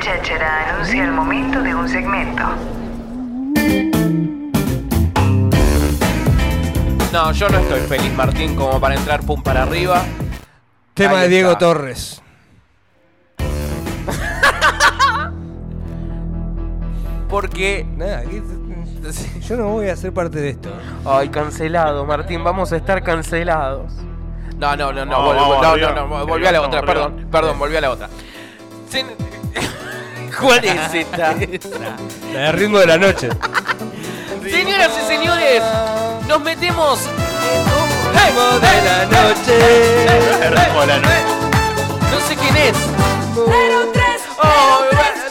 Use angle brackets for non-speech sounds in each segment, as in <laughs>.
cháchara anuncia el momento de un segmento. No, yo no estoy feliz, Martín, como para entrar pum para arriba. Tema Ahí de Diego está. Torres. Porque. Nada, ¿qué- <laughs> yo no voy a ser parte de esto. Ay, cancelado, Martín, vamos a estar cancelados. No, no, no, no, Vamos, vol- vamos, no, arriba. no, no, volví a la Vamos, otra, arriba. perdón, perdón, volví a la otra. Sin- <laughs> ¿Cuál es <laughs> esta? El ritmo de la noche. Señoras y señores, nos metemos. ritmo de la El noche. ritmo de la noche. No sé quién es. Pero tres, Oh,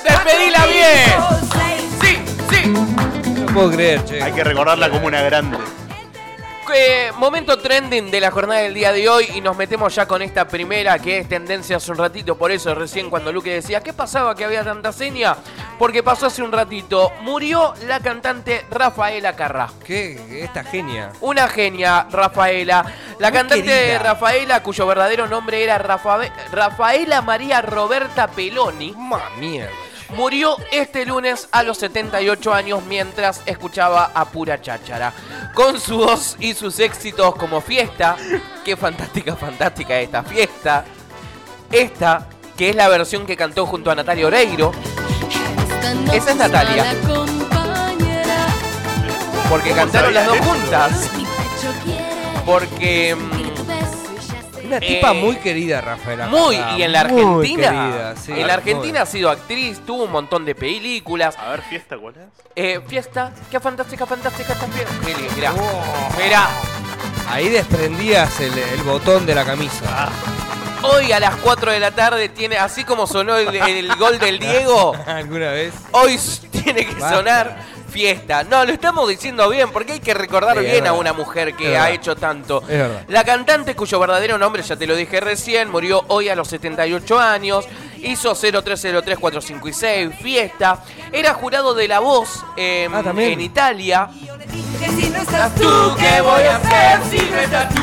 despedila bien. Sí, sí. No puedo creer, che. Hay que recordarla como una grande. Eh, momento trending de la jornada del día de hoy y nos metemos ya con esta primera que es tendencia hace un ratito, por eso recién cuando Luque decía, ¿qué pasaba que había tanta seña? Porque pasó hace un ratito, murió la cantante Rafaela Carrasco. ¿Qué? Esta genia. Una genia, Rafaela. La Muy cantante querida. Rafaela, cuyo verdadero nombre era Rafa- Rafaela María Roberta Peloni, Mamma mierda. murió este lunes a los 78 años mientras escuchaba a pura cháchara. Con su voz y sus éxitos como fiesta, qué fantástica, fantástica esta fiesta. Esta, que es la versión que cantó junto a Natalia Oreiro, Esa es Natalia. porque ¿Cómo cantaron las sabías dos esto? Ah, juntas. Porque... mm, Una tipa Eh, muy querida, Rafaela. Muy, Carrá, y en la Argentina. Muy querida, sí. en la Argentina ha sido actriz, tuvo un montón de películas. A ver, fiesta, ¿cuál es? Eh, fiesta, qué fantástica, fantástica esta fiesta. Meli, mirá, Wow. mirá. Ahí desprendías el, el botón de la camisa. Ah. Hoy a las 4 de la tarde tiene, así como sonó el, el gol del Diego, <laughs> ¿Alguna vez? hoy s- tiene que Basta. sonar fiesta. No, lo estamos diciendo bien, porque hay que recordar Sí, es bien a verdad. una mujer Es que verdad. ha hecho tanto. Es verdad. La cantante, cuyo verdadero nombre, ya te lo dije recién, murió hoy a los 78 años. Hizo 0303456, fiesta. Era jurado de La Voz em, Ah, también. en Italia. Si no estás tú, ¿qué voy a hacer si no estás tú?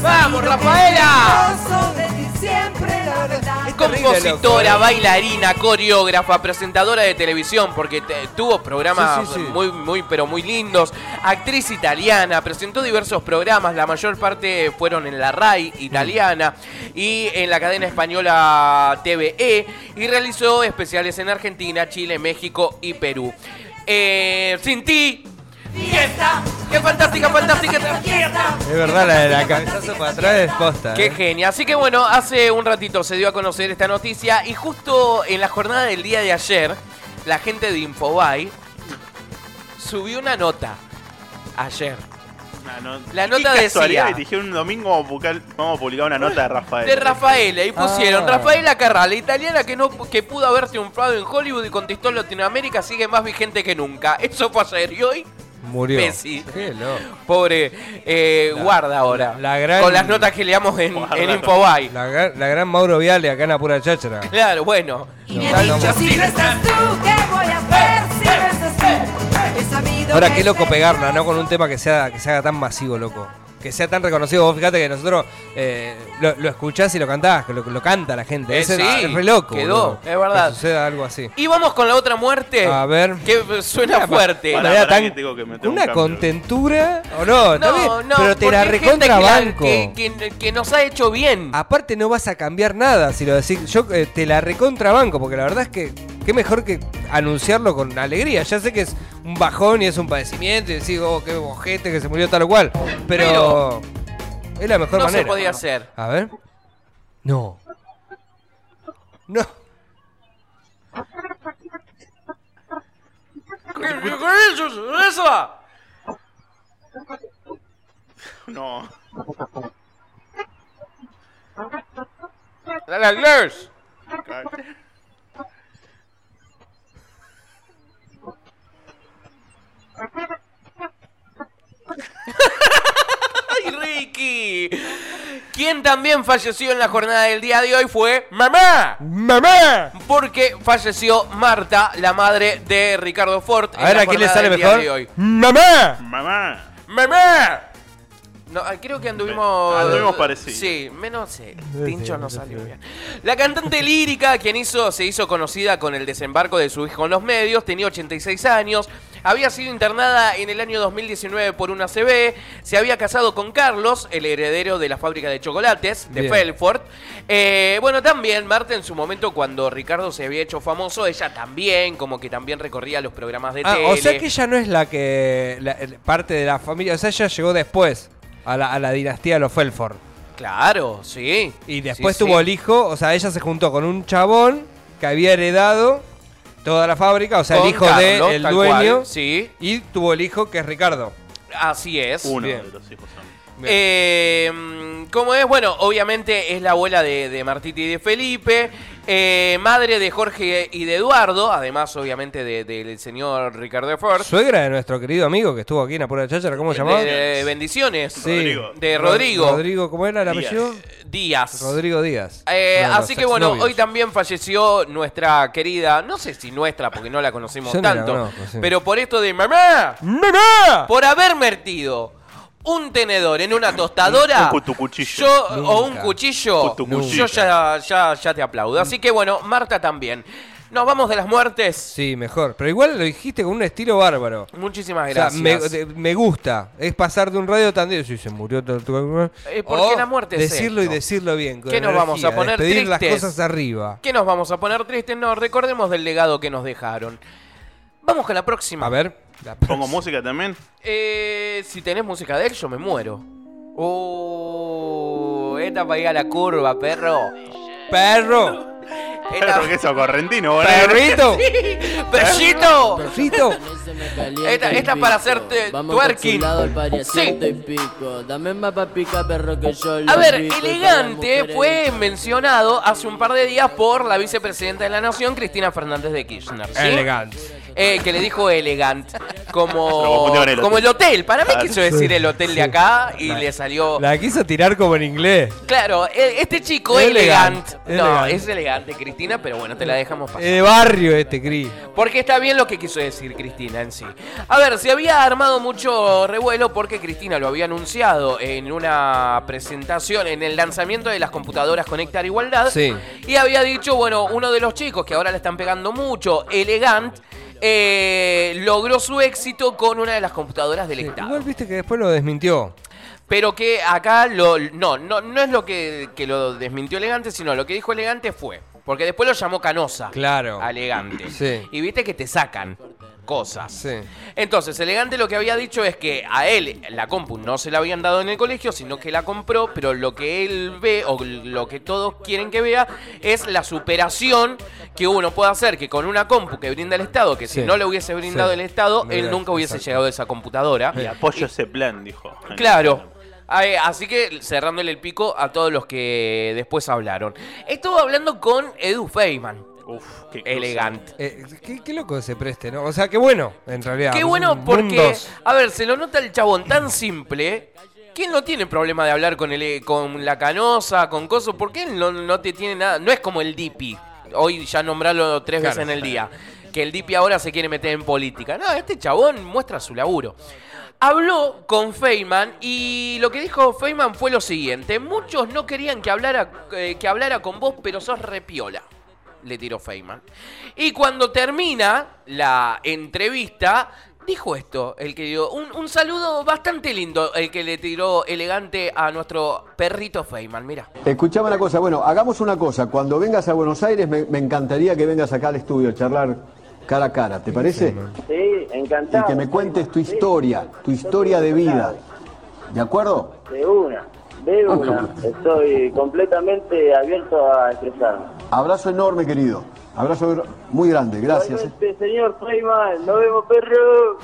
¡Vamos, Rafaela! ¿eh? Compositora, bailarina, coreógrafa, presentadora de televisión, porque te- tuvo programas Sí, sí, sí. muy, muy, pero muy lindos. Actriz italiana, presentó diversos programas, la mayor parte fueron en la RAI italiana y en la cadena española TVE, y realizó especiales en Argentina, Chile, México y Perú. Eh, sin ti. ¡Fiesta! ¡Qué fantástica, fantástica! ¡Fiesta! Es verdad, la de la cabezazo para <laughs> atrás es posta. Qué eh. genia. Así que bueno, hace un ratito se dio a conocer esta noticia y justo en la jornada del día de ayer, la gente de Infobay subió una nota ayer Una nota- La Qué nota casualidad decía- que te dijeron un domingo vamos a publicar, vamos a publicar una nota de Rafael. de Rafaela y pusieron Ah. Rafaela Carrà, la italiana que no que pudo haber triunfado en Hollywood y conquistó Latinoamérica sigue más vigente que nunca. Eso fue ayer y hoy Murió. Messi. Qué loco. Pobre, eh, guarda ahora. la gran- Con las notas que leamos en, Guarda. en Infobay. La, gran- la gran Mauro Viale acá en la pura <laughs> cháchara. Claro, bueno. Y me ha dicho, si no estás tú, ¿qué voy a hacer si no estás tú? He sabido Ahora, que qué loco estás- pegarla, ¿no? Con un tema que sea, que se haga tan masivo, loco. Que sea tan reconocido. Vos fíjate que nosotros eh, lo, lo escuchás y lo cantás, que lo, lo canta la gente. Eh, Eso es, sí, es re loco. quedó, boludo. es verdad. Que suceda algo así. Y vamos con la otra muerte. A ver. Que suena Mira, pa- fuerte. Pará, Una idea pará tan- que tengo que meter un una cambio. contentura, ¿o no? ¿Está bien? Pero te porque la hay gente que la- recontrabanco. Que, que- que nos ha hecho bien. Aparte no vas a cambiar nada si lo decís. Yo eh, te la recontrabanco, porque la verdad es que qué mejor que anunciarlo con alegría. Ya sé que es un bajón y es un padecimiento y decís, oh, qué bojete que se murió tal o cual. Pero, es la mejor no manera. se podía hacer. A ver. No. No. No. Dale, Lars. ¡Ay, Ricky! Quien también falleció en la jornada del día de hoy fue mamá. ¡Mamá! Porque falleció Marta, la madre de Ricardo Ford. en A ver, la ¿a quién le jornada sale del día mejor? de hoy. ¡Mamá! Mamá. ¡Mamá! No, ah, creo que anduvimos. Anduvimos parecido. Sí, menos eh, Sí, Tincho sí, no sí, salió sí. bien. La cantante lírica, quien hizo, se hizo conocida con el desembarco de su hijo en los medios, tenía 86 años. Había sido internada en el año 2019 por una CB. Se había casado con Carlos, el heredero de la fábrica de chocolates de Bien. Felford. Eh, bueno, también Marta en su momento, cuando Ricardo se había hecho famoso, ella también, como que también recorría los programas de Ah, tele. o sea que ella no es la que. la- el- parte de la familia. O sea, ella llegó después a la, a la dinastía de los Felford. Claro, sí. Y después Sí, tuvo sí. el hijo. O sea, ella se juntó con un chabón que había heredado toda la fábrica. O sea, Con el hijo Carlos, del tal dueño. cual, sí, Y tuvo el hijo que es Ricardo. así es. Uno Bien. de los hijos son. Bien. Eh, ¿Cómo es? Bueno, obviamente es la abuela de, de Martita y de Felipe, eh, madre de Jorge y de Eduardo, además obviamente de- del señor Ricardo de Ford. Suegra de nuestro querido amigo que estuvo aquí en la pura cháchara, ¿cómo se llamaba? De, de bendiciones. Sí. Rodrigo. De Rodrigo. Rodrigo, ¿cómo era el Díaz. apellido? Díaz. Rodrigo Díaz. Eh, Uno de los así que bueno, exnovios. hoy también falleció nuestra querida, no sé si nuestra, porque no la conocimos Yo no la tanto, conozco, sí. pero por esto de mamá, ¡Mamá! Ah. por haber vertido un tenedor en una tostadora Un cutucuchillo. yo- o un Nunca. cuchillo, yo Cutucuchillo. ya, ya, ya te aplaudo. Así que bueno, Marta también. Nos vamos de las muertes. Sí, mejor. Pero igual lo dijiste con un estilo bárbaro. Muchísimas O sea, gracias. me, de- me gusta. Es pasar de un radio tan de. Sí, se murió. tal, tal, tal. Eh, porque O la muerte es Decirlo esto. y decirlo bien. con ¿Qué nos vamos a poner despedir las tristes? cosas arriba. ¿Qué nos vamos a poner tristes? No, recordemos del legado que nos dejaron. Vamos con la próxima. A ver. la ¿Pongo próxima. música también? Eh, si tenés música de él, yo me muero. Uh, esta para ir a la curva, perro. Perro. Esta- Porque eso, correntino, boludo. Perrito. ¡Perrito! Perrito. Esta- Esta, esta es para hacerte twerking. A ver, elegante fue mencionado hace un par de días por la vicepresidenta de la Nación, Cristina Fernández de Kirchner. ¿sí? Elegante. Eh, que le dijo elegante. Lo confundió Como, con el como el hotel. Para mí Claro. quiso decir el hotel de acá y le salió. La quiso tirar como en inglés. Claro, e- este chico es Elegant, elegante. No, elegant. es elegante, Cristina, pero bueno, te la dejamos pasar. Es de barrio este, Cris. Porque está bien lo que quiso decir Cristina en sí. A ver, se había armado mucho revuelo porque Cristina lo había anunciado en una presentación, en el lanzamiento de las computadoras Conectar Igualdad. Sí. Y había dicho, bueno, uno de los chicos que ahora le están pegando mucho, Elegant, eh, logró su éxito con una de las computadoras del Estado. Igual viste que después lo desmintió. Pero que acá lo. No, no, no es lo que, que lo desmintió Elegante, sino lo que dijo Elegante fue. Porque después lo llamó Canosa. Claro. a Elegante. Sí. Y viste que te sacan cosas. Sí. Entonces, Elegante lo que había dicho es que a él la compu no se la habían dado en el colegio, sino que la compró, pero lo que él ve o lo que todos quieren que vea es la superación que uno puede hacer que con una compu que brinda el Estado, que si Sí. no le hubiese brindado Sí. el Estado, No él hubiera- nunca hubiese exacto. llegado a esa computadora. Y apoyo ese plan, dijo. Claro. A- eh, Así que cerrándole el pico a todos los que después hablaron. Estuve hablando con Edu Feynman, Uf, qué cosa. elegante. Eh, qué, qué loco ese preste, ¿no? O sea, qué bueno, en realidad. Qué bueno Un- porque, mundos. a ver, se lo nota el chabón tan simple. que él no tiene problema de hablar con el, con la canosa, con coso? Porque él no, no te tiene nada. No es como el Dipi. Hoy ya nombrarlo tres Claro. veces en el día. Que el Dipi ahora se quiere meter en política. No, este chabón muestra su laburo. Habló con Feynman y lo que dijo Feynman fue lo siguiente. Muchos no querían que hablara, eh, que hablara con vos, pero sos repiola. Le tiró Feynman. Y cuando termina la entrevista, dijo esto, el que dio un, un saludo bastante lindo, el que le tiró elegante a nuestro perrito Feynman. Mira. Escuchame una cosa, bueno, hagamos una cosa. Cuando vengas a Buenos Aires, me, me encantaría que vengas acá al estudio a charlar cara a cara, ¿te parece? Sí, Y encantado. que me cuentes tu historia, tu historia de vida. ¿De acuerdo? De una, Ah, de una. Estoy completamente abierto a expresarme. Abrazo enorme, querido. Abrazo gr- muy grande, gracias. ¿eh? Igualmente, este señor Feynman, nos vemos, perro.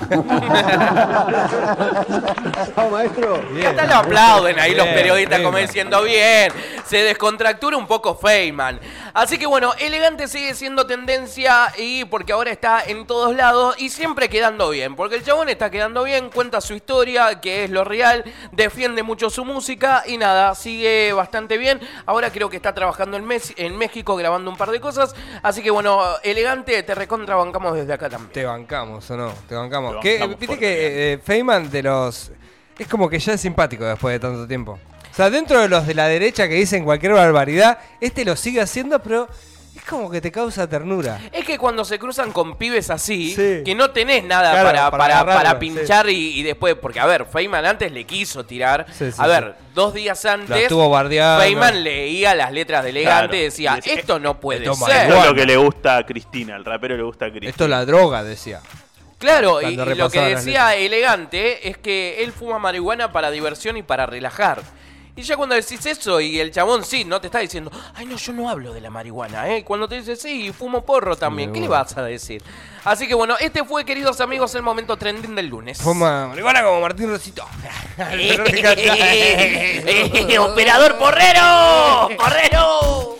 <laughs> <laughs> Chao, maestro. Y hasta lo aplauden ahí los Bien, periodistas como Feynman. diciendo bien. Se descontractura un poco Feynman. Así que bueno, elegante sigue siendo tendencia y porque ahora está en todos lados y siempre quedando bien. Porque el chabón está quedando bien, cuenta su historia, que es lo real, defiende mucho su música y nada, sigue bastante bien. Ahora creo que está trabajando en, Mes- en México grabando un par de cosas. Así que bueno, elegante, te recontrabancamos desde acá también. Te bancamos o no, te bancamos. Te Que, bancamos Viste fuerte, que eh, Feynman de los Es como que ya es simpático después de tanto tiempo. O sea, dentro de los de la derecha que dicen cualquier barbaridad, este lo sigue haciendo, pero es como que te causa ternura. Es que cuando se cruzan con pibes así, Sí. que no tenés nada Claro, para, para para, agarrarlo, para sí. pinchar y, y después, porque a ver, Feynman antes le quiso tirar. Sí, sí, a ver, dos días Lo antes, estuvo bardeando. Feynman leía las letras de elegante y Claro. decía, Y decía, esto no puede esto es ser. Eso es lo que le gusta a Cristina, al rapero le gusta a Cristina. Esto es la droga, decía. Claro, y, Cuando y lo que repasaba las decía elegante es que él fuma marihuana para diversión y para relajar. Y ya cuando decís eso y el chabón sí, no te está diciendo, ay no, yo no hablo de la marihuana, ¿eh? Cuando te dice sí, fumo porro también, ¿qué le vas a decir? Así que bueno, este fue, queridos amigos, el momento trending del lunes. <laughs> Fuma marihuana como Martín <laughs> Rosito. eh, <laughs> <laughs> ¡Eh, ¡Operador porrero! ¡Porrero!